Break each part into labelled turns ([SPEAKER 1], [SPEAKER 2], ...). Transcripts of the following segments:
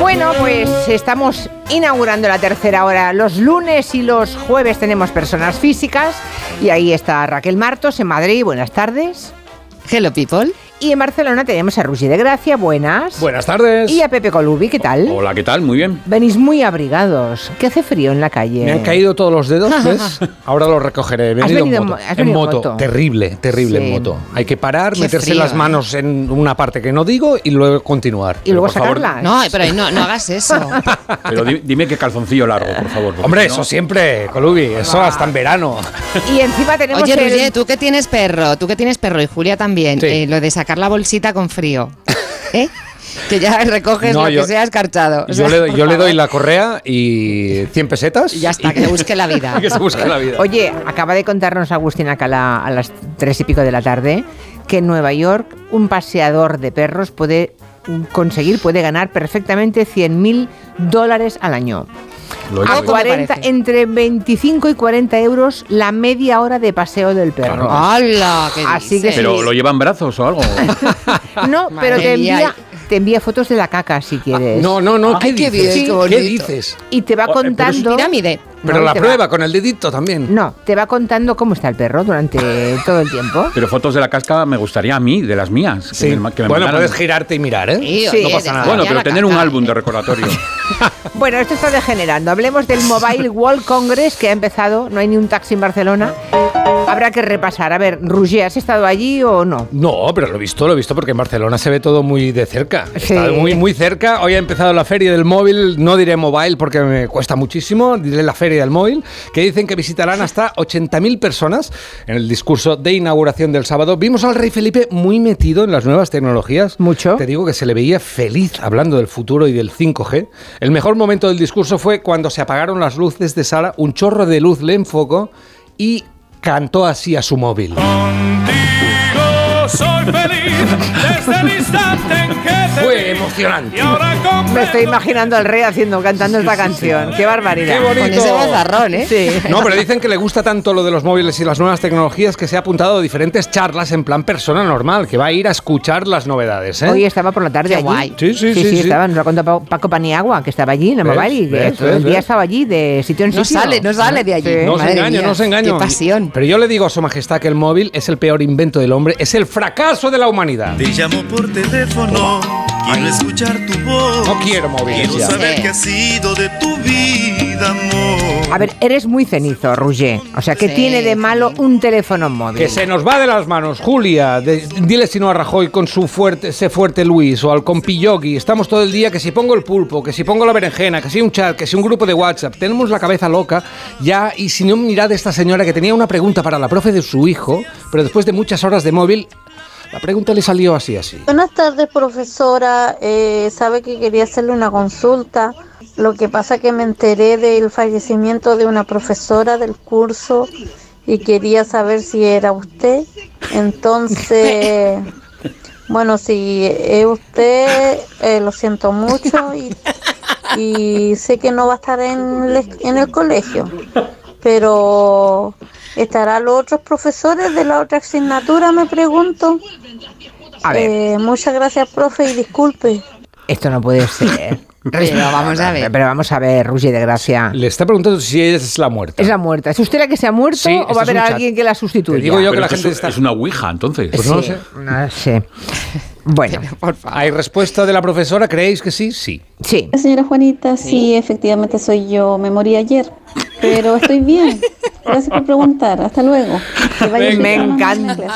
[SPEAKER 1] Bueno, pues estamos inaugurando la tercera hora. Los lunes y los jueves tenemos personas físicas y ahí está Raquel Martos en Madrid. Buenas tardes.
[SPEAKER 2] Hello people.
[SPEAKER 1] Y en Barcelona tenemos a Rugi de Gracia. Buenas.
[SPEAKER 3] Buenas tardes.
[SPEAKER 1] Y a Pepe Colubi, ¿qué tal?
[SPEAKER 4] Hola, ¿qué tal? Muy bien.
[SPEAKER 1] Venís muy abrigados. ¿Qué hace frío en la calle?
[SPEAKER 3] Me han caído todos los dedos, ¿ves? Ahora los recogeré. He venido,
[SPEAKER 1] venido en
[SPEAKER 3] en, moto.
[SPEAKER 1] mo- has venido en
[SPEAKER 3] moto.
[SPEAKER 1] moto.
[SPEAKER 3] Terrible, terrible
[SPEAKER 1] Sí.
[SPEAKER 3] en moto. Hay que parar,
[SPEAKER 2] Qué
[SPEAKER 3] meterse
[SPEAKER 2] frío,
[SPEAKER 3] las
[SPEAKER 2] ¿eh?
[SPEAKER 3] manos en una parte que no digo y luego continuar.
[SPEAKER 1] Y luego
[SPEAKER 3] Pero, por favor,
[SPEAKER 1] sacarlas.
[SPEAKER 2] No, pero ahí no, no hagas eso.
[SPEAKER 4] Pero di- dime qué calzoncillo largo, por favor. porque
[SPEAKER 3] Hombre,
[SPEAKER 4] si
[SPEAKER 3] eso
[SPEAKER 4] no-
[SPEAKER 3] siempre, Colubi.
[SPEAKER 1] Ah.
[SPEAKER 3] Eso hasta en verano.
[SPEAKER 1] Y encima tenemos
[SPEAKER 2] Oye,
[SPEAKER 1] el-
[SPEAKER 2] Roger, tú que tienes perro, tú que tienes perro y Julia también,
[SPEAKER 3] Sí.
[SPEAKER 2] eh, lo de sacar la bolsita con frío, ¿eh? Que ya recoges
[SPEAKER 3] No,
[SPEAKER 2] lo
[SPEAKER 3] yo-
[SPEAKER 2] que sea escarchado. O
[SPEAKER 3] Yo,
[SPEAKER 2] sea,
[SPEAKER 3] le, doy-
[SPEAKER 2] por
[SPEAKER 3] yo le doy
[SPEAKER 2] favor.
[SPEAKER 3] la correa y 100 pesetas.
[SPEAKER 2] Y Ya está, que busque la vida.
[SPEAKER 3] y que se busque la vida.
[SPEAKER 1] Oye, acaba de contarnos Agustín Acala a las tres y pico de la tarde que en Nueva York un paseador de perros puede conseguir, puede ganar perfectamente 100 mil dólares al año.
[SPEAKER 4] Lo he
[SPEAKER 1] A
[SPEAKER 4] hecho.
[SPEAKER 2] Poco me
[SPEAKER 1] 40
[SPEAKER 2] parece.
[SPEAKER 1] entre 25 y 40 euros la media hora de paseo del perro. Ah,
[SPEAKER 4] Claro.
[SPEAKER 2] ¡Hala! ¿qué
[SPEAKER 1] Así
[SPEAKER 2] dices?
[SPEAKER 1] que
[SPEAKER 4] Pero lo llevan brazos o algo.
[SPEAKER 1] No,
[SPEAKER 2] Madre
[SPEAKER 1] pero te
[SPEAKER 2] mía.
[SPEAKER 1] envía, te envía fotos de la caca si quieres.
[SPEAKER 3] No, no, no.
[SPEAKER 2] Ay,
[SPEAKER 3] ¿Qué
[SPEAKER 2] qué
[SPEAKER 3] dices?
[SPEAKER 2] bien, qué
[SPEAKER 3] ¿Qué
[SPEAKER 2] bonito.
[SPEAKER 3] dices?
[SPEAKER 1] Y te va
[SPEAKER 4] Oh, eh, pero es-
[SPEAKER 2] Pues
[SPEAKER 1] contando...
[SPEAKER 2] Pirámide.
[SPEAKER 3] Pero
[SPEAKER 1] No, y
[SPEAKER 3] la
[SPEAKER 1] te va-
[SPEAKER 3] prueba con el dedito también.
[SPEAKER 1] No, te va contando cómo está el perro durante todo el tiempo.
[SPEAKER 4] Pero fotos de la casca me gustaría a mí, de las mías. que
[SPEAKER 3] Sí.
[SPEAKER 4] me- que me
[SPEAKER 3] bueno,
[SPEAKER 4] mandaran.
[SPEAKER 3] puedes girarte y mirar, ¿eh?
[SPEAKER 2] Sí,
[SPEAKER 1] oye,
[SPEAKER 3] no pasa nada.
[SPEAKER 2] deja
[SPEAKER 4] Bueno,
[SPEAKER 2] ya
[SPEAKER 4] pero
[SPEAKER 2] la
[SPEAKER 4] tener un
[SPEAKER 2] caca.
[SPEAKER 4] álbum de recordatorio.
[SPEAKER 1] Bueno, esto está degenerando. Hablemos del Mobile World Congress que ha empezado. No hay ni un taxi en Barcelona. Habrá que repasar. A ver, Roger, ¿has estado allí o no?
[SPEAKER 3] No, pero lo he visto, lo he visto porque en Barcelona se ve todo muy de cerca.
[SPEAKER 1] Sí.
[SPEAKER 3] Está muy, muy cerca. Hoy ha empezado la feria del móvil, no diré mobile porque me cuesta muchísimo, diré la feria del móvil, que dicen que visitarán hasta 80.000 personas. En el discurso de inauguración del sábado vimos al rey Felipe muy metido en las nuevas tecnologías.
[SPEAKER 1] Mucho.
[SPEAKER 3] Te digo que se le veía feliz hablando del futuro y del 5G. El mejor momento del discurso fue cuando se apagaron las luces de sala, un chorro de luz le enfocó y cantó así a su móvil.
[SPEAKER 5] Contigo soy feliz desde el instante en que te
[SPEAKER 3] Fue
[SPEAKER 5] vi.
[SPEAKER 3] emocionante.
[SPEAKER 5] Y ahora comprendo
[SPEAKER 1] Me estoy imaginando al rey haciendo, cantando esta canción. ¡Qué barbaridad!
[SPEAKER 3] Qué bonito.
[SPEAKER 2] Con ese bozarrón, ¿eh?
[SPEAKER 1] Sí.
[SPEAKER 3] No, pero dicen que le gusta tanto lo de los móviles y las nuevas tecnologías que se ha apuntado a diferentes charlas en plan persona normal, que va a ir a escuchar las novedades. ¿eh?
[SPEAKER 1] Hoy estaba por la tarde
[SPEAKER 2] Qué
[SPEAKER 1] allí.
[SPEAKER 2] guay.
[SPEAKER 3] Sí, sí, sí, sí.
[SPEAKER 1] estaba, nos lo ha contado Pa- Paco Paniagua, que estaba allí en el
[SPEAKER 3] ¿Ves?
[SPEAKER 1] Mobile y que
[SPEAKER 3] ¿Ves?
[SPEAKER 1] todo el
[SPEAKER 3] ¿Ves?
[SPEAKER 1] día
[SPEAKER 3] ¿Ves?
[SPEAKER 1] estaba allí de sitio en
[SPEAKER 2] No
[SPEAKER 1] sitio.
[SPEAKER 2] sale, no sale de allí.
[SPEAKER 1] Sí.
[SPEAKER 3] no os
[SPEAKER 2] ¿eh? Madre
[SPEAKER 3] engaño,
[SPEAKER 2] mía,
[SPEAKER 3] no os engaño.
[SPEAKER 2] Qué pasión.
[SPEAKER 3] Pero yo le digo a su majestad que el móvil es el peor invento del hombre, es el fracaso de la humanidad.
[SPEAKER 6] Te llamo por teléfono, quiero escuchar tu voz.
[SPEAKER 3] No quiero móviles
[SPEAKER 6] Quiero
[SPEAKER 3] ya.
[SPEAKER 6] saber
[SPEAKER 2] Sí.
[SPEAKER 6] qué ha sido de tu vida, amor.
[SPEAKER 1] A ver, eres muy cenizo, Roger. O sea, ¿qué
[SPEAKER 2] Sí,
[SPEAKER 1] tiene de malo
[SPEAKER 2] sí.
[SPEAKER 1] un teléfono móvil?
[SPEAKER 3] Que se nos va de las manos, Julia. De- dile si no a Rajoy con su fuerte, ese fuerte Luis o al compilloqui. Estamos todo el día que si pongo el pulpo, que si pongo la berenjena, que si un chat, que si un grupo de WhatsApp. Tenemos la cabeza loca ya. Y si no, mirad a esta señora que tenía una pregunta para la profe de su hijo, pero después de muchas horas de móvil, la pregunta le salió así, así.
[SPEAKER 7] Buenas tardes, profesora. Eh, sabe que quería hacerle una consulta. Lo que pasa que me enteré del fallecimiento de una profesora del curso y quería saber si era usted. Entonces, bueno, si es usted, eh, lo siento mucho y, y sé que no va a estar en, la es- en el colegio, pero estará los otros profesores de la otra asignatura, me pregunto.
[SPEAKER 1] A ver,
[SPEAKER 7] Eh, muchas gracias, profe, y disculpe.
[SPEAKER 1] esto no puede ser.
[SPEAKER 2] Pero vamos a ver.
[SPEAKER 1] Pero vamos a ver, Roger de Gracia.
[SPEAKER 3] Le está preguntando si ella es la muerta.
[SPEAKER 1] Es la muerta. ¿Es usted la que se ha muerto
[SPEAKER 3] Sí,
[SPEAKER 1] o
[SPEAKER 3] este
[SPEAKER 1] va a
[SPEAKER 3] es un
[SPEAKER 1] haber
[SPEAKER 3] chat.
[SPEAKER 1] alguien que la sustituya?
[SPEAKER 3] Te digo yo- Creo que
[SPEAKER 4] Pero
[SPEAKER 3] la
[SPEAKER 4] es
[SPEAKER 3] gente
[SPEAKER 4] es-
[SPEAKER 3] está-
[SPEAKER 4] Es una ouija, entonces.
[SPEAKER 3] Pues no lo sé.
[SPEAKER 1] No sé. Bueno,
[SPEAKER 2] Por favor.
[SPEAKER 3] ¿Hay respuesta de la profesora? ¿Creéis que sí? Sí.
[SPEAKER 1] sí.
[SPEAKER 7] Señora Juanita, sí, efectivamente soy yo. Me morí ayer, pero estoy bien. Gracias por preguntar. Hasta luego.
[SPEAKER 1] Me encanta.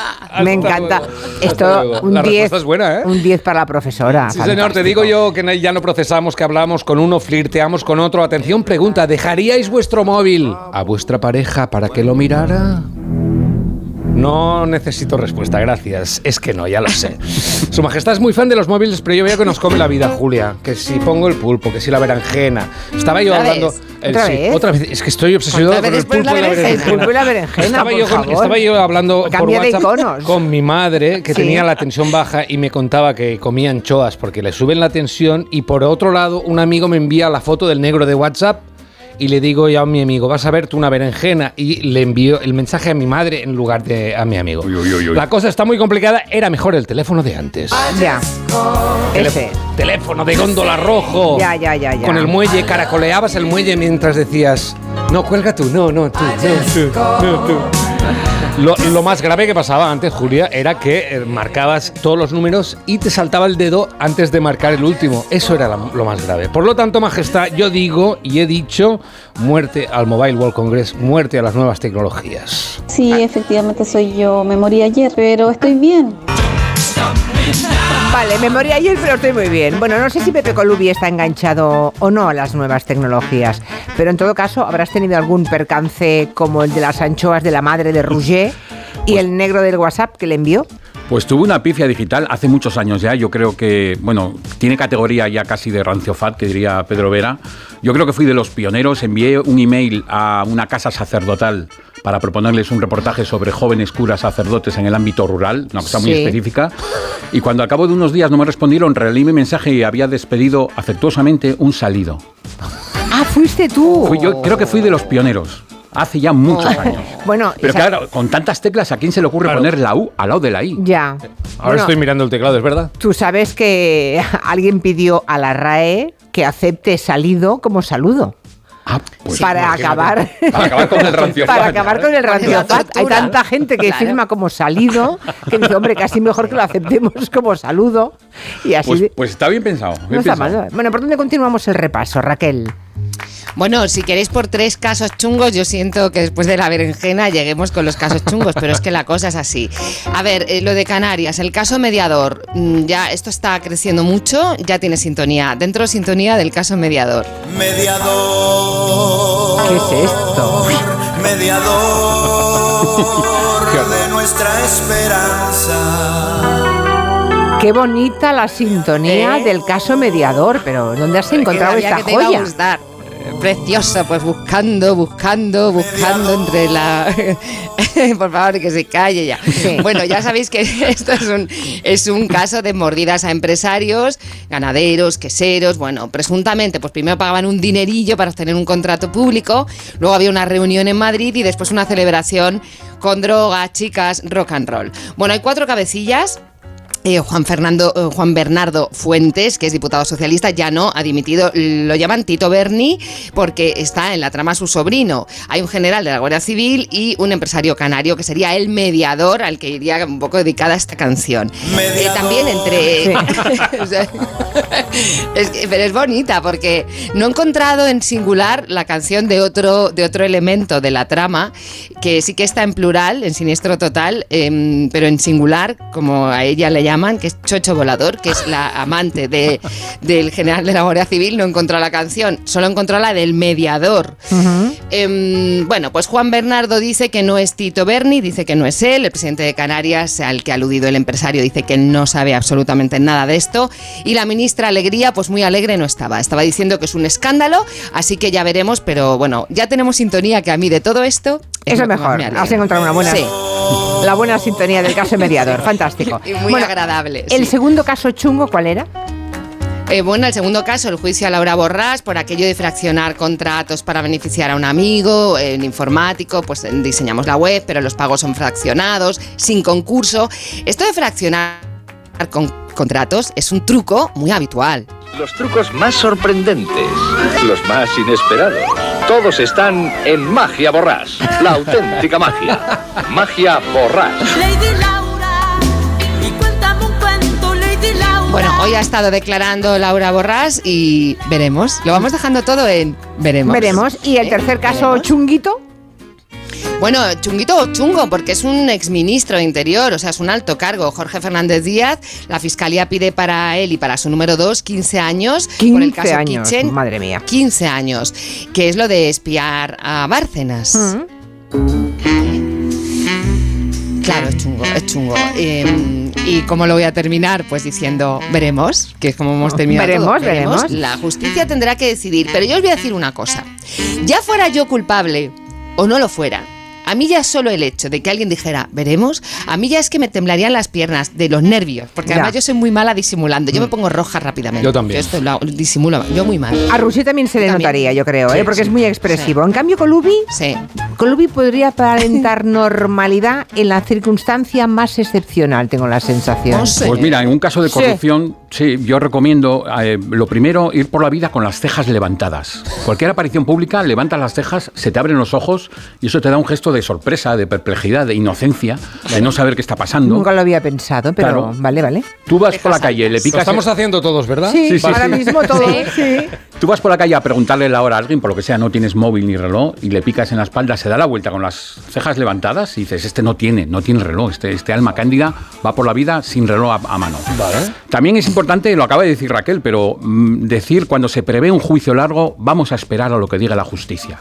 [SPEAKER 1] Me encanta.
[SPEAKER 3] luego. Hasta
[SPEAKER 1] Esto
[SPEAKER 3] luego.
[SPEAKER 1] un
[SPEAKER 3] La
[SPEAKER 1] 10.
[SPEAKER 3] respuesta es buena, ¿eh?
[SPEAKER 1] Un 10 para la profesora.
[SPEAKER 3] Sí, señor, te
[SPEAKER 1] Fantástico.
[SPEAKER 3] digo yo que no- ya no procesamos, que hablamos con uno, flirteamos con otro. Atención, pregunta, ¿dejaríais vuestro móvil a vuestra pareja para que lo mirara? No necesito respuesta, gracias. Es que no, ya lo sé. Su Majestad es muy fan de los móviles, pero yo veo que nos come la vida, Julia. Que si pongo el pulpo, que si la berenjena. Estaba yo
[SPEAKER 2] ¿Otra
[SPEAKER 3] hablando...
[SPEAKER 2] vez?
[SPEAKER 1] ¿Otra vez?
[SPEAKER 3] otra vez. Es que estoy obsesionado
[SPEAKER 2] ¿Cuántas
[SPEAKER 3] con el
[SPEAKER 2] veces pones
[SPEAKER 3] pulpo
[SPEAKER 2] la
[SPEAKER 3] y la
[SPEAKER 2] berenjena?
[SPEAKER 3] berenjena.
[SPEAKER 1] El pulpo y la berenjena,
[SPEAKER 3] Estaba,
[SPEAKER 1] por
[SPEAKER 3] yo, con-
[SPEAKER 1] favor.
[SPEAKER 3] estaba yo hablando por
[SPEAKER 1] Cambia de
[SPEAKER 3] WhatsApp
[SPEAKER 1] iconos.
[SPEAKER 3] con mi madre, que
[SPEAKER 1] Sí.
[SPEAKER 3] tenía la tensión baja, y me contaba que comía anchoas porque le suben la tensión. Y por otro lado, un amigo me envía la foto del negro de WhatsApp y le digo yo a mi amigo, vas a verte una berenjena y le envío el mensaje a mi madre en lugar de a mi amigo.
[SPEAKER 4] Uy, uy, uy, uy.
[SPEAKER 3] La cosa está muy complicada, era mejor el teléfono de antes.
[SPEAKER 1] Ya.
[SPEAKER 3] Tele-
[SPEAKER 1] Ese.
[SPEAKER 3] Teléfono de góndola rojo.
[SPEAKER 1] Ya, ya, ya, ya.
[SPEAKER 3] Con el muelle, caracoleabas el muelle mientras decías, no, cuelga tú, no, no, tú, no, tú, no, tú". Lo, lo más grave que pasaba antes, Julia, era que eh, marcabas todos los números y te saltaba el dedo antes de marcar el último. Eso era la- lo más grave. Por lo tanto, Majestad, yo digo y he dicho muerte al Mobile World Congress, muerte a las nuevas tecnologías.
[SPEAKER 7] Sí, efectivamente soy yo. Me morí ayer, pero estoy bien.
[SPEAKER 1] Vale, me morí ayer, pero estoy muy bien. Bueno, no sé si Pepe Colubi está enganchado o no a las nuevas tecnologías, pero en todo caso, habrás tenido algún percance como el de las anchoas de la madre de Rouget y el negro del WhatsApp que le envió.
[SPEAKER 4] Pues tuve una pifia digital hace muchos años ya. Yo creo que, bueno, tiene categoría ya casi de rancio fat, que diría Pedro Vera. Yo creo que fui de los pioneros. Envié un email a una casa sacerdotal para proponerles un reportaje sobre jóvenes curas sacerdotes en el ámbito rural, una cosa muy
[SPEAKER 1] Sí.
[SPEAKER 4] específica. Y cuando al cabo de unos días no me respondieron, releí mi mensaje y había despedido afectuosamente un salido.
[SPEAKER 1] Ah, fuiste tú.
[SPEAKER 4] Fui yo creo que fui de los pioneros. Hace ya muchos años.
[SPEAKER 1] Bueno,
[SPEAKER 4] Pero
[SPEAKER 1] y sa-
[SPEAKER 4] claro, con tantas teclas, ¿a quién se le ocurre
[SPEAKER 3] Claro.
[SPEAKER 4] poner la U al lado de la I?
[SPEAKER 1] Ya.
[SPEAKER 3] Ahora
[SPEAKER 1] Bueno,
[SPEAKER 3] estoy mirando el teclado, ¿es verdad?
[SPEAKER 1] Tú sabes que alguien pidió a la RAE que acepte salido como saludo.
[SPEAKER 4] Ah, pues- Ah,
[SPEAKER 1] para acabar.
[SPEAKER 4] Para acabar con el rancio
[SPEAKER 1] Para
[SPEAKER 4] fat.
[SPEAKER 1] acabar con el rancio
[SPEAKER 2] la
[SPEAKER 1] fat. Hay
[SPEAKER 2] tortura.
[SPEAKER 1] tanta gente que
[SPEAKER 2] Claro.
[SPEAKER 1] firma como salido que dice, hombre, casi mejor que lo aceptemos como saludo. Y así.
[SPEAKER 4] Pues,
[SPEAKER 1] de-
[SPEAKER 4] pues está bien pensado. bien
[SPEAKER 1] no está
[SPEAKER 4] pensado.
[SPEAKER 1] mal. Bueno, ¿por dónde continuamos el repaso, Raquel?
[SPEAKER 2] Bueno, si queréis por tres casos chungos, yo siento que después de la berenjena lleguemos con los casos chungos, pero es que la cosa es así. A ver, eh, lo de Canarias, el caso mediador, mm, ya esto está creciendo mucho, ya tiene sintonía, dentro sintonía del caso mediador.
[SPEAKER 6] Mediador.
[SPEAKER 1] ¿Qué es esto?
[SPEAKER 6] Mediador de nuestra esperanza.
[SPEAKER 1] Qué bonita la sintonía
[SPEAKER 2] ¿Eh?
[SPEAKER 1] del caso mediador, pero ¿dónde has encontrado
[SPEAKER 2] Sabía
[SPEAKER 1] esta
[SPEAKER 2] que te iba a
[SPEAKER 1] joya?
[SPEAKER 2] gustar. Preciosa, pues buscando, buscando, buscando entre la. Por favor, que se calle ya. Bueno, ya sabéis que esto es un, es un caso de mordidas a empresarios, ganaderos, queseros. Bueno, presuntamente, pues primero pagaban un dinerillo para obtener un contrato público, luego había una reunión en Madrid y después una celebración con drogas, chicas, rock and roll. Bueno, hay cuatro cabecillas eh, Juan, Fernando, eh, Juan Bernardo Fuentes, que es diputado socialista, ya no ha dimitido. Lo llaman Tito Berni porque está en la trama su sobrino. Hay un general de la Guardia Civil y un empresario canario que sería el mediador al que iría un poco dedicada esta canción. Eh, también entre. O sea, es que- pero es bonita porque no he encontrado en singular la canción de otro, de otro elemento de la trama, que sí que está en plural, en siniestro total, em, pero en singular, como a ella le llaman, que es Chocho Volador, que es la amante de, del general de la Guardia Civil, no encontró la canción, solo encontró la del mediador. Em, bueno, pues Juan Bernardo dice que no es Tito Berni, dice que no es él. El presidente de Canarias, al que ha aludido el empresario, dice que no sabe absolutamente nada de esto. Y la ministra Alegría, pues muy alegre no estaba. Estaba diciendo que es un escándalo, así que ya veremos. Pero bueno, ya tenemos sintonía que a mí de todo esto.
[SPEAKER 1] Es lo
[SPEAKER 2] lo que más
[SPEAKER 1] mejor.
[SPEAKER 2] me alegra.
[SPEAKER 1] Has encontrado una buena,
[SPEAKER 2] Sí.
[SPEAKER 1] la buena sintonía del caso mediador. Fantástico.
[SPEAKER 2] Y muy agradable,
[SPEAKER 1] El
[SPEAKER 2] sí.
[SPEAKER 1] segundo caso chungo, ¿cuál era?
[SPEAKER 2] Eh, bueno, el segundo caso, el juicio a Laura Borrás por aquello de fraccionar contratos para beneficiar a un amigo, eh, un informático, pues eh, diseñamos la web, pero los pagos son fraccionados, sin concurso. Esto de fraccionar con contratos es un truco muy habitual.
[SPEAKER 8] Los trucos más sorprendentes, los más inesperados, todos están en Magia Borrás, la auténtica magia. Magia Borrás.
[SPEAKER 9] Lady Laura, y cuéntame un cuento, Lady Laura.
[SPEAKER 2] Bueno, hoy ha estado declarando Laura Borrás y veremos. Lo vamos dejando todo en veremos.
[SPEAKER 1] Veremos. Y el
[SPEAKER 2] ¿Eh?
[SPEAKER 1] tercer caso
[SPEAKER 2] Veremos.
[SPEAKER 1] chunguito.
[SPEAKER 2] Bueno, chunguito o chungo, porque es un exministro de Interior, o sea, es un alto cargo. Jorge Fernández Díaz, la fiscalía pide para él y para su número 2 15 años por
[SPEAKER 1] 15
[SPEAKER 2] el caso
[SPEAKER 1] años.
[SPEAKER 2] Kitchen.
[SPEAKER 1] Madre mía.
[SPEAKER 2] 15 años, que es lo de espiar a Bárcenas.
[SPEAKER 1] Mm.
[SPEAKER 2] Claro, es chungo, es chungo. Eh, ¿Y cómo lo voy a terminar? Pues diciendo, veremos, que es como hemos terminado. todo.
[SPEAKER 1] Veremos, veremos.
[SPEAKER 2] La justicia tendrá que decidir, pero yo os voy a decir una cosa. Ya fuera yo culpable o no lo fuera, A mí ya solo el hecho de que alguien dijera, veremos, a mí ya es que me temblarían las piernas de los nervios, porque
[SPEAKER 1] Ya. Mm.
[SPEAKER 2] además yo soy muy mala disimulando, yo me pongo roja rápidamente.
[SPEAKER 3] Yo también.
[SPEAKER 2] esto lo hago- disimulo, yo muy mal.
[SPEAKER 1] A Rusi también se le
[SPEAKER 2] También.
[SPEAKER 1] notaría, yo creo,
[SPEAKER 2] Sí,
[SPEAKER 1] ¿eh? porque
[SPEAKER 2] sí,
[SPEAKER 1] es muy
[SPEAKER 2] sí.
[SPEAKER 1] expresivo. En cambio, Colubi,
[SPEAKER 2] Sí.
[SPEAKER 1] Colubi podría aparentar normalidad en la circunstancia más excepcional, tengo la sensación.
[SPEAKER 2] No sé.
[SPEAKER 4] Pues mira, en un caso de
[SPEAKER 1] Sí.
[SPEAKER 4] corrupción, sí, yo recomiendo eh, lo primero ir por la vida con las cejas levantadas. Cualquier aparición pública, levantas las cejas, se te abren los ojos y eso te da un gesto de sorpresa, de perplejidad, de inocencia, de no saber qué está pasando.
[SPEAKER 1] Nunca lo había pensado, pero
[SPEAKER 4] Claro.
[SPEAKER 1] vale, vale.
[SPEAKER 4] Tú vas por la calle, le
[SPEAKER 3] Lo
[SPEAKER 4] picas.
[SPEAKER 3] estamos haciendo todos, ¿verdad?
[SPEAKER 1] Sí,
[SPEAKER 4] Sí, sí,
[SPEAKER 1] ahora
[SPEAKER 4] sí.
[SPEAKER 1] mismo todo. sí.
[SPEAKER 4] Tú vas por la calle a preguntarle la hora a alguien, por lo que sea, no tienes móvil ni reloj, y le picas en la espalda, se da la vuelta con las cejas levantadas y dices, este no tiene, no tiene reloj, este, este alma cándida va por la vida sin reloj a, a mano. También es importante, lo acaba de decir Raquel, pero mm, decir cuando se prevé un juicio largo, vamos a esperar a lo que diga la justicia.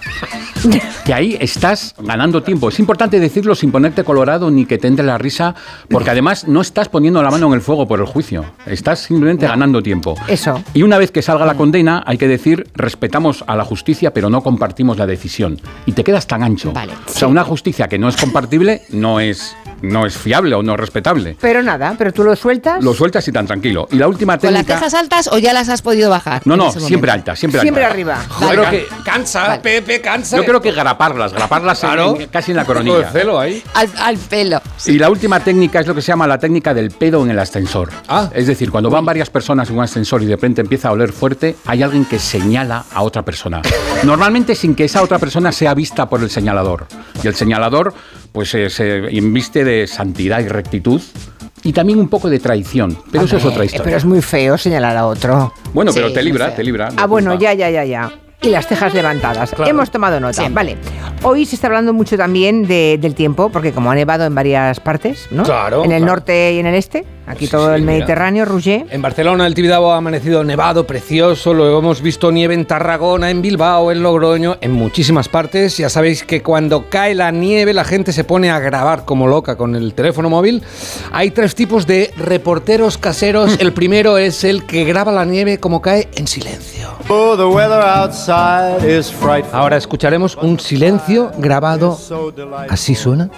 [SPEAKER 4] que ahí estás ganando tiempo. Es importante decirlo sin ponerte colorado ni que te entre la risa, porque además no estás poniendo la mano en el fuego por el juicio, estás simplemente ganando tiempo.
[SPEAKER 1] Eso.
[SPEAKER 4] Y una vez que salga la condena, hay que decir, respetamos a la justicia, pero no compartimos la decisión. Y te quedas tan ancho.
[SPEAKER 2] Vale.
[SPEAKER 4] O sea, una justicia que no es compartible no es, no es fiable o no es respetable.
[SPEAKER 1] Pero nada, pero tú lo sueltas.
[SPEAKER 4] Lo sueltas y tan tranquilo. Y la última
[SPEAKER 2] ¿Con
[SPEAKER 4] técnica...
[SPEAKER 2] las cejas altas o ya las has podido bajar?
[SPEAKER 4] no,
[SPEAKER 2] en
[SPEAKER 4] no,
[SPEAKER 2] ese
[SPEAKER 4] siempre
[SPEAKER 2] momento?
[SPEAKER 4] alta, siempre,
[SPEAKER 1] Siempre
[SPEAKER 4] alta.
[SPEAKER 1] arriba.
[SPEAKER 3] Yo creo
[SPEAKER 4] Vale.
[SPEAKER 3] que cansa, Pepe, cansa.
[SPEAKER 4] Yo creo que graparlas, graparlas en-
[SPEAKER 3] Claro.
[SPEAKER 4] en- casi en la
[SPEAKER 3] Un poco de
[SPEAKER 4] coronilla.
[SPEAKER 3] celo ahí.
[SPEAKER 2] Al, al pelo.
[SPEAKER 4] Y la última técnica es lo que se llama la técnica del pedo en el ascensor.
[SPEAKER 3] Ah.
[SPEAKER 4] Es decir, cuando van varias personas en un ascensor y de repente empieza a oler fuerte, hay alguien que señala a otra persona. Normalmente sin que esa otra persona sea vista por el señalador. Y el señalador pues eh, se inviste de santidad y rectitud y también un poco de traición. Pero eso es
[SPEAKER 1] Hombre,
[SPEAKER 4] otra historia.
[SPEAKER 1] Eh, Pero es muy feo señalar a otro.
[SPEAKER 4] Bueno,
[SPEAKER 2] Sí,
[SPEAKER 4] pero te
[SPEAKER 2] muy
[SPEAKER 4] libra,
[SPEAKER 2] feo.
[SPEAKER 4] te libra. de
[SPEAKER 1] Ah, bueno,
[SPEAKER 4] culpa.
[SPEAKER 1] ya, ya, ya, ya. Y las cejas levantadas. Hemos tomado nota.
[SPEAKER 2] Siempre.
[SPEAKER 1] Vale. Hoy se está hablando mucho también de- del tiempo, porque como ha nevado en varias partes, ¿no?
[SPEAKER 3] Claro,
[SPEAKER 1] En el
[SPEAKER 3] claro.
[SPEAKER 1] norte y en el este, aquí
[SPEAKER 3] Sí,
[SPEAKER 1] todo
[SPEAKER 3] sí,
[SPEAKER 1] el
[SPEAKER 3] mira.
[SPEAKER 1] Mediterráneo, Rouget.
[SPEAKER 3] En Barcelona el Tibidabo ha amanecido nevado, precioso, lo hemos visto nieve en Tarragona, en Bilbao, en Logroño, en muchísimas partes. Ya sabéis que cuando cae la nieve la gente se pone a grabar como loca con el teléfono móvil. Hay tres tipos de reporteros caseros. El primero es el que graba la nieve como cae en silencio.
[SPEAKER 6] Oh, the weather outside is frightful.
[SPEAKER 3] Ahora escucharemos un silencio grabado. Así suena.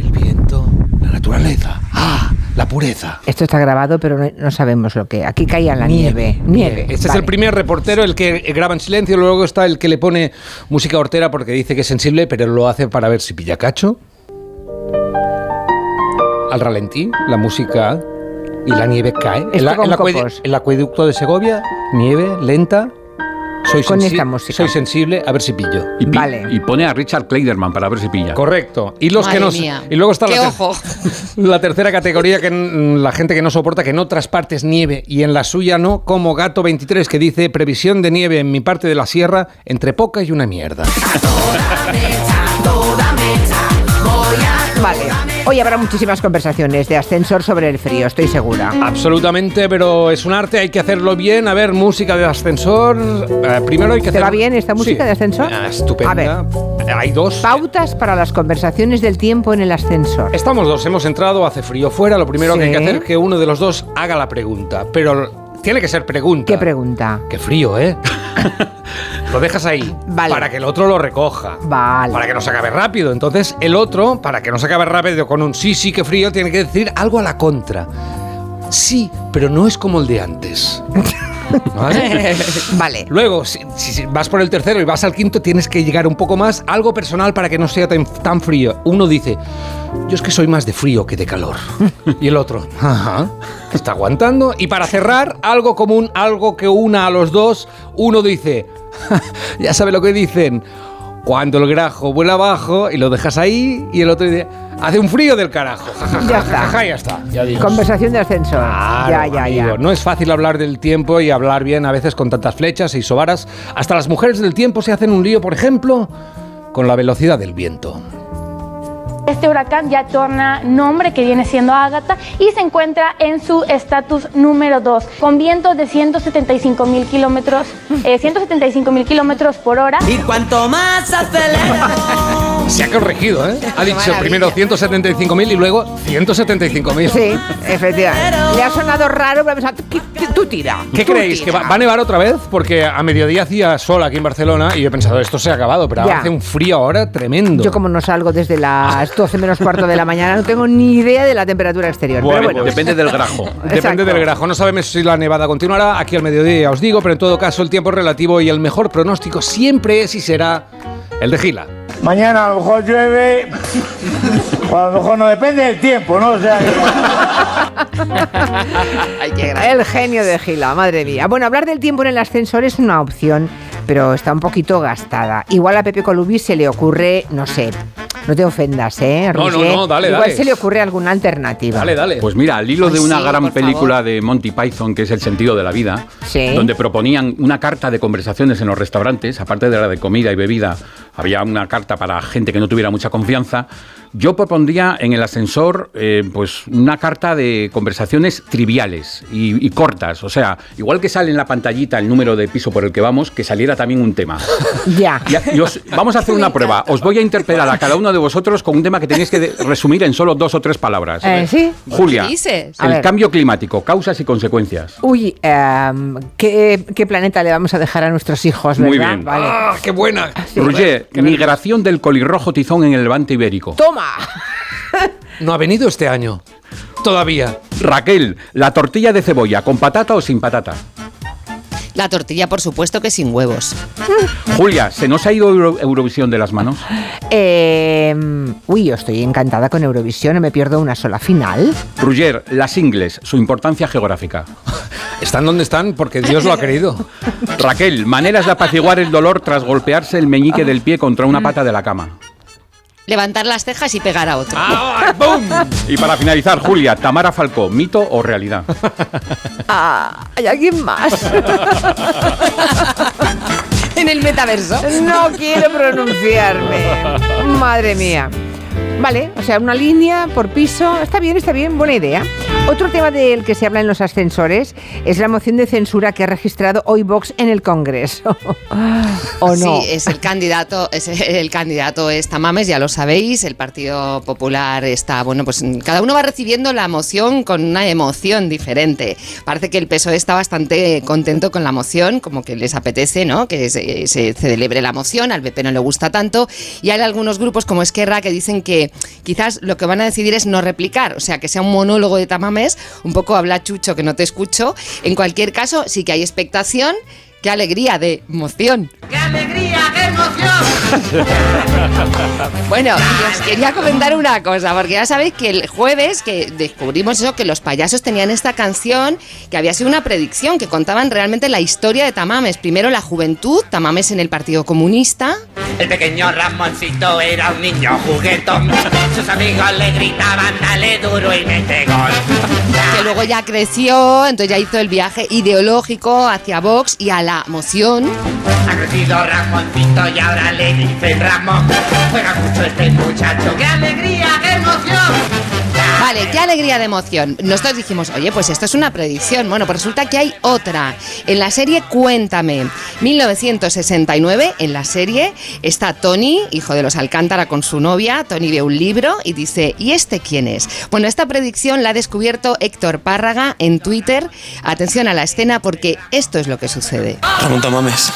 [SPEAKER 3] El viento, la naturaleza. Ah, la pureza.
[SPEAKER 1] Esto está grabado, pero no, no sabemos lo que. Aquí caía la nieve. Nieve.
[SPEAKER 3] Este es
[SPEAKER 1] Vale.
[SPEAKER 3] el primer reportero, el que eh, graba en silencio, luego está el que le pone música hortera porque dice que es sensible, pero lo hace para ver si pilla cacho. Al ralentí, la música y la nieve cae.
[SPEAKER 1] Esto
[SPEAKER 3] En la,
[SPEAKER 1] con
[SPEAKER 3] en la acue-
[SPEAKER 1] copos.
[SPEAKER 3] el acueducto de Segovia, nieve, lenta. Soy
[SPEAKER 1] Con
[SPEAKER 3] sensi-
[SPEAKER 1] esta música.
[SPEAKER 3] Soy sensible, a ver si pillo.
[SPEAKER 4] Y, pi-
[SPEAKER 1] Vale.
[SPEAKER 4] y pone a Richard Kleiderman para ver si pilla.
[SPEAKER 3] Correcto. Y los
[SPEAKER 2] Madre
[SPEAKER 3] que no
[SPEAKER 2] mía.
[SPEAKER 3] y luego está
[SPEAKER 2] ¡Qué
[SPEAKER 3] la, ter-
[SPEAKER 2] ojo!
[SPEAKER 3] la tercera categoría que n- la gente que no soporta que en otras partes nieve y en la suya no, como Gato 23 que dice previsión de nieve en mi parte de la sierra entre poca y una mierda.
[SPEAKER 1] Vale. Hoy habrá muchísimas conversaciones de ascensor sobre el frío, estoy segura.
[SPEAKER 3] Absolutamente, pero es un arte, hay que hacerlo bien. A ver, música de ascensor. Eh, primero hay que
[SPEAKER 1] ¿Te
[SPEAKER 3] hacer
[SPEAKER 1] va bien esta música de ascensor?
[SPEAKER 3] Ah, estupenda.
[SPEAKER 1] A ver.
[SPEAKER 3] Hay dos.
[SPEAKER 1] Pautas para las conversaciones del tiempo en el ascensor.
[SPEAKER 3] Estamos dos, hemos entrado, hace frío fuera. Lo primero que hay que
[SPEAKER 1] Sí.
[SPEAKER 3] hacer es que uno de los dos haga la pregunta. Pero tiene que ser pregunta.
[SPEAKER 1] ¿Qué pregunta?
[SPEAKER 3] Qué frío, ¿eh? lo dejas ahí
[SPEAKER 1] Vale.
[SPEAKER 3] para que el otro lo recoja.
[SPEAKER 1] Vale.
[SPEAKER 3] Para que nos acabe rápido. Entonces, el otro, para que nos acabe rápido con un sí, sí, qué frío, tiene que decir algo a la contra. Sí, pero no es como el de antes. ¿Vale?
[SPEAKER 1] Vale.
[SPEAKER 3] Luego, si, si- si vas por el tercero y vas al quinto, tienes que llegar un poco más. Algo personal para que no sea tan, tan frío. Uno dice, yo es que soy más de frío que de calor. Y el otro, ajá, está aguantando. Y para cerrar, algo común, algo que una a los dos. Uno dice, ya sabe lo que dicen. Cuando el grajo vuela abajo y lo dejas ahí, y el otro dice, hace un frío del carajo.
[SPEAKER 1] Ya
[SPEAKER 3] Ja, ja, ja, ja,
[SPEAKER 1] está.
[SPEAKER 3] ja, ya está. Ya digo.
[SPEAKER 1] Conversación de ascensor. ya,
[SPEAKER 3] Claro,
[SPEAKER 1] ya, ya.
[SPEAKER 3] amigo, No es fácil hablar del tiempo y hablar bien a veces con tantas flechas y sobaras. Hasta las mujeres del tiempo se hacen un lío, por ejemplo, con la velocidad del viento.
[SPEAKER 10] Este huracán ya torna nombre que viene siendo Ágata y se encuentra en su estatus número 2, con vientos de 175 mil kilómetros, eh, 175 mil kilómetros por hora.
[SPEAKER 9] Y cuanto más acelero,
[SPEAKER 3] Se ha corregido, ¿eh? Ha dicho
[SPEAKER 1] maravilla.
[SPEAKER 3] primero 175.000 y luego 175.000.
[SPEAKER 1] Sí, efectivamente. Le ha sonado raro, pero ha pensado, "Tú- tú- tú tira.
[SPEAKER 3] ¿Qué
[SPEAKER 1] tú
[SPEAKER 3] creéis? ¿Que
[SPEAKER 1] tira".
[SPEAKER 3] va, va a nevar otra vez? Porque a mediodía hacía sol aquí en Barcelona y yo he pensado, esto se ha acabado, pero
[SPEAKER 1] Ya.
[SPEAKER 3] hace un frío ahora tremendo.
[SPEAKER 1] Yo como no salgo desde las 12 menos cuarto de la mañana, no tengo ni idea de la temperatura exterior.
[SPEAKER 3] Bueno,
[SPEAKER 1] pero bueno,
[SPEAKER 4] Depende del grajo.
[SPEAKER 3] Depende del grajo. No sabemos si la nevada continuará aquí al mediodía, ya os digo, pero en todo caso el tiempo es relativo y el mejor pronóstico siempre es y será el de Gila.
[SPEAKER 11] Mañana a lo mejor llueve, o a lo mejor no depende del tiempo, ¿no? O sea,
[SPEAKER 1] el genio de Gila, madre mía. Bueno, hablar del tiempo en el ascensor es una opción, pero está un poquito gastada. Igual a Pepe Colubi se le ocurre, no sé, no te ofendas, ¿eh?
[SPEAKER 4] No, no,
[SPEAKER 1] Roger?
[SPEAKER 4] no, dale,
[SPEAKER 1] Igual
[SPEAKER 4] dale.
[SPEAKER 1] se le ocurre alguna alternativa.
[SPEAKER 4] Pues mira, al hilo
[SPEAKER 1] Ay,
[SPEAKER 4] de una
[SPEAKER 1] Eh, sí,
[SPEAKER 4] gran
[SPEAKER 1] por
[SPEAKER 4] película de Monty Python, que es El sentido de la vida,
[SPEAKER 1] Sí.
[SPEAKER 4] donde proponían una carta de conversaciones en los restaurantes, aparte de la de comida y bebida, había una carta para gente que no tuviera mucha confianza. Yo propondría en el ascensor eh, pues una carta de conversaciones triviales y, y cortas. O sea, igual que sale en la pantallita el número de piso por el que vamos, que saliera también un tema.
[SPEAKER 1] Ya.
[SPEAKER 4] Ya, y os- vamos a hacer una prueba. Os voy a interpelar a cada uno de vosotros con un tema que tenéis que de- resumir en solo dos o tres palabras.
[SPEAKER 1] Eh, ¿sí?
[SPEAKER 4] Julia,
[SPEAKER 1] ¿Qué dices? A
[SPEAKER 4] el
[SPEAKER 1] ver.
[SPEAKER 4] cambio climático, causas y consecuencias.
[SPEAKER 1] Uy, em, ¿qué, qué planeta le vamos a dejar a nuestros hijos, verdad?
[SPEAKER 4] Muy bien.
[SPEAKER 1] Vale.
[SPEAKER 3] ¡Ah, qué buena!
[SPEAKER 4] Roger, migración del colirrojo tizón en el levante ibérico.
[SPEAKER 1] ¡Toma!
[SPEAKER 3] No ha venido este año. Todavía.
[SPEAKER 4] Raquel, la tortilla de cebolla, ¿con patata o sin patata?
[SPEAKER 2] La tortilla, por supuesto, que sin huevos.
[SPEAKER 4] Julia, ¿se nos ha ido Euro- Eurovisión de las manos?
[SPEAKER 1] Em, uy, yo estoy encantada con Eurovisión, no me pierdo una sola final.
[SPEAKER 4] Roger, las ingles, su importancia geográfica.
[SPEAKER 3] Están donde están porque Dios lo ha querido.
[SPEAKER 4] Raquel, maneras de apaciguar el dolor tras golpearse el meñique del pie contra una pata de la cama.
[SPEAKER 2] Levantar las cejas y pegar a otro.
[SPEAKER 4] Y para finalizar, Julia, Tamara Falcó, ¿mito o realidad?
[SPEAKER 1] Ah, ¿Hay alguien más?
[SPEAKER 2] en el metaverso.
[SPEAKER 1] No quiero pronunciarme. Madre mía. Vale, o sea, una línea por piso. Está bien, está bien, buena idea. Otro tema del que se habla en los ascensores es la moción de censura que ha registrado hoy Vox en el Congreso. ¿O no?
[SPEAKER 2] Sí, eh, es el candidato, es el candidato es Tamames, ya lo sabéis, el Partido Popular está, bueno, pues cada uno va recibiendo la moción con una emoción diferente. Parece que el PSOE E está bastante contento con la moción, como que les apetece, ¿no? Que se, se celebre la moción, al PP no le gusta tanto, y hay algunos grupos como Esquerra que dicen que quizás lo que van a decidir es no replicar, o sea, que sea un monólogo de Tamames, un poco habla chucho que no te escucho. En cualquier caso, sí que hay expectación, qué alegría de moción. Bueno, y os quería comentar una cosa, porque ya sabéis que el jueves que descubrimos eso, que los payasos tenían esta canción, que había sido una predicción, que contaban realmente la historia de Tamames. Primero la juventud, Tamames en el Partido Comunista.
[SPEAKER 12] El pequeño Ramoncito era un niño juguetón. Sus amigos le gritaban, dale duro y mete gol.
[SPEAKER 2] que luego ya creció, entonces ya hizo el viaje ideológico hacia Vox y a la moción.
[SPEAKER 12] Ha crecido Ramoncito y ahora le dicen Ramón. Juega mucho este muchacho. ¡Qué alegría, qué emoción!
[SPEAKER 2] Vale, qué alegría de emoción. Nosotros dijimos, oye, pues esto es una predicción. Bueno, pues resulta que hay otra. En la serie Cuéntame, 1969, en la serie está Tony, hijo de los Alcántara con su novia. Tony ve un libro y dice, ¿y este quién es? Bueno, esta predicción la ha descubierto Héctor Párraga en Twitter. Atención a la escena porque esto es lo que sucede.
[SPEAKER 13] Ramón Tamames.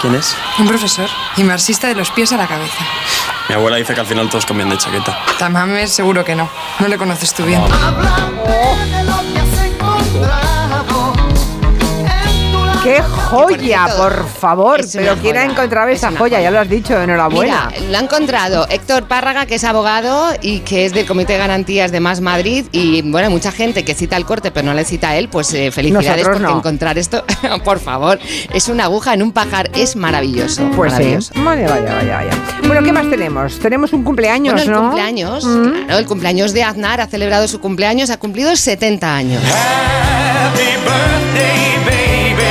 [SPEAKER 13] ¿Quién es?
[SPEAKER 14] Un profesor y marxista de los pies a la cabeza.
[SPEAKER 13] Mi abuela dice que al final todos cambian de chaqueta.
[SPEAKER 14] Tamames seguro que no. No le conoces tú bien.
[SPEAKER 1] ¡Qué joya, por favor! Pero ¿quién ha encontrado esa joya? Ya lo has dicho, enhorabuena.
[SPEAKER 2] Mira, lo ha encontrado Héctor Párraga, que es abogado y que es del Comité de Garantías de Más Madrid. Y bueno, mucha gente que cita el corte, pero no le cita a él, pues eh, felicidades
[SPEAKER 1] Nosotros
[SPEAKER 2] porque
[SPEAKER 1] no.
[SPEAKER 2] encontrar esto, por favor, es una aguja en un pajar, es maravilloso.
[SPEAKER 1] Pues sí.
[SPEAKER 2] maravilloso. Mm.
[SPEAKER 1] Vale, vaya, vaya, vaya. Bueno, ¿qué más tenemos? Tenemos un cumpleaños,
[SPEAKER 2] Bueno, el
[SPEAKER 1] ¿no?
[SPEAKER 2] cumpleaños,
[SPEAKER 1] Mm.
[SPEAKER 2] claro, el cumpleaños de Aznar ha celebrado su cumpleaños, ha cumplido 70 años.
[SPEAKER 5] Happy birthday, baby.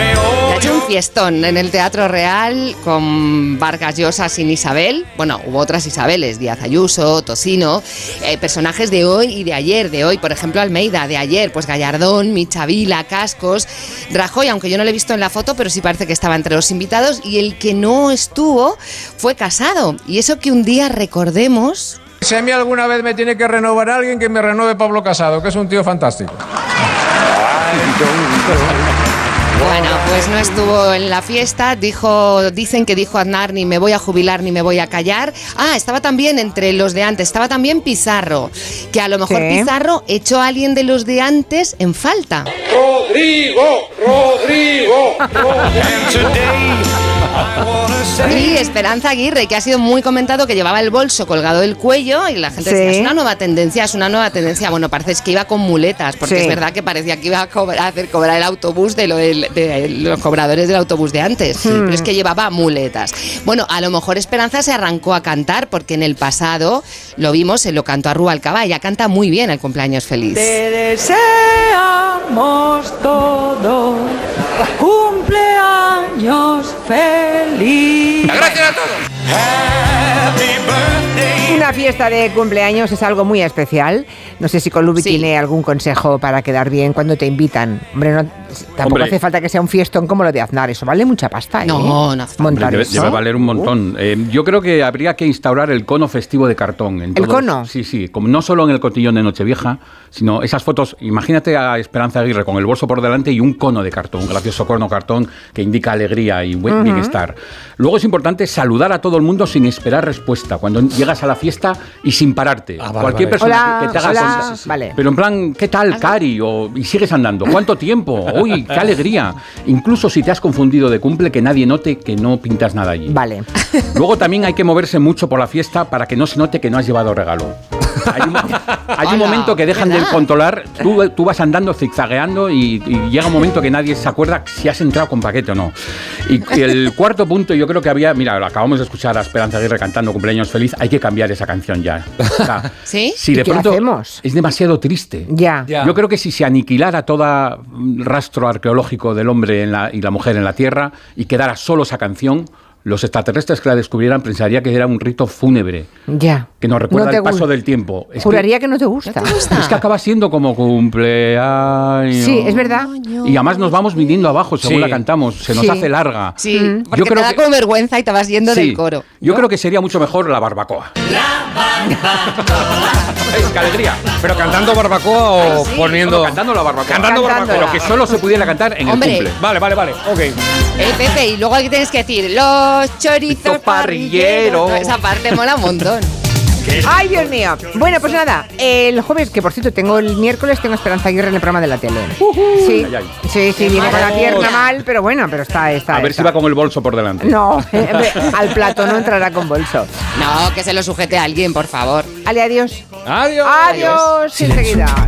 [SPEAKER 2] Le ha hecho un fiestón en el Teatro Real con Vargas Llosa sin Isabel. Bueno, hubo otras Isabeles, Díaz Ayuso, Tocino, eh, personajes de hoy y de ayer, de hoy, por ejemplo, Almeida, de ayer, pues Gallardón, Michavila, Cascos, Rajoy, aunque yo no lo he visto en la foto, pero sí parece que estaba entre los invitados y el que no estuvo fue Casado. Y eso que un día recordemos...
[SPEAKER 15] Si a mí alguna vez me tiene que renovar alguien, que me renove Pablo Casado, que es un tío fantástico.
[SPEAKER 2] Bueno, pues no estuvo en la fiesta, dijo, dicen que dijo Aznar ni me voy a jubilar ni me voy a callar. Ah, estaba también entre los de antes, estaba también Pizarro, que a lo mejor
[SPEAKER 5] Sí.
[SPEAKER 2] Pizarro echó a alguien de los de antes en falta.
[SPEAKER 5] Rodrigo, Rodrigo,
[SPEAKER 2] Y Esperanza Aguirre, que ha sido muy comentado que llevaba el bolso colgado del cuello y la gente
[SPEAKER 5] Sí.
[SPEAKER 2] decía, es una nueva tendencia, es una nueva tendencia. Bueno, parece que iba con muletas, porque
[SPEAKER 5] Sí.
[SPEAKER 2] es verdad que parecía que iba a, cobrar- a hacer cobrar el autobús de, lo- el- de los cobradores del autobús de antes,
[SPEAKER 5] Hmm.
[SPEAKER 2] pero es que llevaba muletas. Bueno, a lo mejor Esperanza se arrancó a cantar, porque en el pasado lo vimos, se lo cantó a Rubalcaba, ella canta muy bien el cumpleaños feliz.
[SPEAKER 16] Te deseamos todo cumpleaños feliz.
[SPEAKER 1] Gracias a Una fiesta de cumpleaños es algo muy especial. No sé si Colubi tiene algún consejo para quedar bien cuando te invitan. Hombre, no, tampoco
[SPEAKER 4] Hombre.
[SPEAKER 1] hace falta que sea un fiestón como lo de Aznar. Eso vale mucha pasta.
[SPEAKER 2] No,
[SPEAKER 1] ¿eh?
[SPEAKER 2] no
[SPEAKER 4] Hombre,
[SPEAKER 1] Montar
[SPEAKER 4] debe,
[SPEAKER 1] eso. Uh.
[SPEAKER 4] debe valer un montón. Eh, yo creo que habría que instaurar el cono festivo de cartón. En
[SPEAKER 1] ¿El cono?
[SPEAKER 4] Sí, sí. Como no solo en el cotillón de Nochevieja, sino esas fotos. Imagínate a Esperanza Aguirre con el bolso por delante y un cono de cartón, un gracioso cono cartón que indica alegría y buen
[SPEAKER 17] Ujú.
[SPEAKER 4] bienestar. Luego es importante saludar a todo el mundo sin esperar respuesta. Cuando llegas a la fiesta y sin pararte.
[SPEAKER 1] Ah,
[SPEAKER 4] Cualquier
[SPEAKER 1] vale.
[SPEAKER 4] persona
[SPEAKER 1] Hola,
[SPEAKER 4] que te haga
[SPEAKER 1] hola,
[SPEAKER 4] sonsa-
[SPEAKER 1] sí, sí, sí. Vale.
[SPEAKER 4] Pero en plan, ¿qué tal, Cari? O, y sigues andando. ¿Cuánto tiempo? Uy, qué alegría. Incluso si te has confundido de cumple, que nadie note que no pintas nada allí.
[SPEAKER 1] Vale.
[SPEAKER 4] Luego también hay que moverse mucho por la fiesta para que no se note que no has llevado regalo. Hay un, mo- hay un momento que dejan de controlar, tú, tú vas andando zigzagueando y, y llega un momento que nadie se acuerda si has entrado con paquete o no. Y el cuarto punto, yo creo que había, mira, lo acabamos de escuchar a Esperanza Aguirre cantando cumpleaños feliz, hay que cambiar esa canción ya. O sea,
[SPEAKER 2] ¿Sí?
[SPEAKER 4] si de pronto es demasiado triste.
[SPEAKER 1] Ya.
[SPEAKER 4] Yo creo que si se aniquilara todo rastro arqueológico del hombre en la- y la mujer en la Tierra y quedara solo esa canción, los extraterrestres que la descubrieran pensarían que era un rito fúnebre,
[SPEAKER 1] Ya.
[SPEAKER 4] que nos recuerda
[SPEAKER 1] No te
[SPEAKER 4] el paso
[SPEAKER 1] gu-
[SPEAKER 4] del tiempo. Es que-
[SPEAKER 1] Juraría que no te gusta.
[SPEAKER 4] es que acaba siendo como cumpleaños.
[SPEAKER 1] Sí, es verdad.
[SPEAKER 4] Y además nos vamos viniendo abajo según
[SPEAKER 2] Sí.
[SPEAKER 4] la cantamos. Se nos
[SPEAKER 2] Sí.
[SPEAKER 4] hace larga.
[SPEAKER 2] Sí,
[SPEAKER 4] Mm.
[SPEAKER 2] porque te da como vergüenza y te vas yendo
[SPEAKER 4] sí.
[SPEAKER 2] del coro.
[SPEAKER 4] Yo creo que sería mucho mejor la barbacoa. ¡Ey, ¡Qué alegría!
[SPEAKER 3] Pero cantando barbacoa o poniendo.
[SPEAKER 4] Cantando la barbacoa.
[SPEAKER 3] Cantando barbacoa.
[SPEAKER 4] Pero que solo se pudiera cantar en
[SPEAKER 2] Hombre.
[SPEAKER 4] el cumple.
[SPEAKER 3] Vale, vale, vale. Ok.
[SPEAKER 2] Eh, Pepe, y luego aquí tienes que decir los chorizos parrilleros. No, Esa parte mola un montón.
[SPEAKER 1] Ay, Dios mío. Bueno, pues nada, el jueves, que por cierto tengo el miércoles, tengo a Esperanza Aguirre en el programa de la tele. Sí,
[SPEAKER 4] Ay, ay.
[SPEAKER 1] sí, sí, viene con la
[SPEAKER 4] Vamos.
[SPEAKER 1] pierna mal, pero bueno, pero está, está.
[SPEAKER 4] A ver si
[SPEAKER 1] está.
[SPEAKER 4] va con el bolso por delante.
[SPEAKER 1] No, al plato no entrará con bolso.
[SPEAKER 2] No, que se lo sujete a alguien, por favor.
[SPEAKER 1] Ale, adiós.
[SPEAKER 3] Adiós.
[SPEAKER 1] Adiós, enseguida.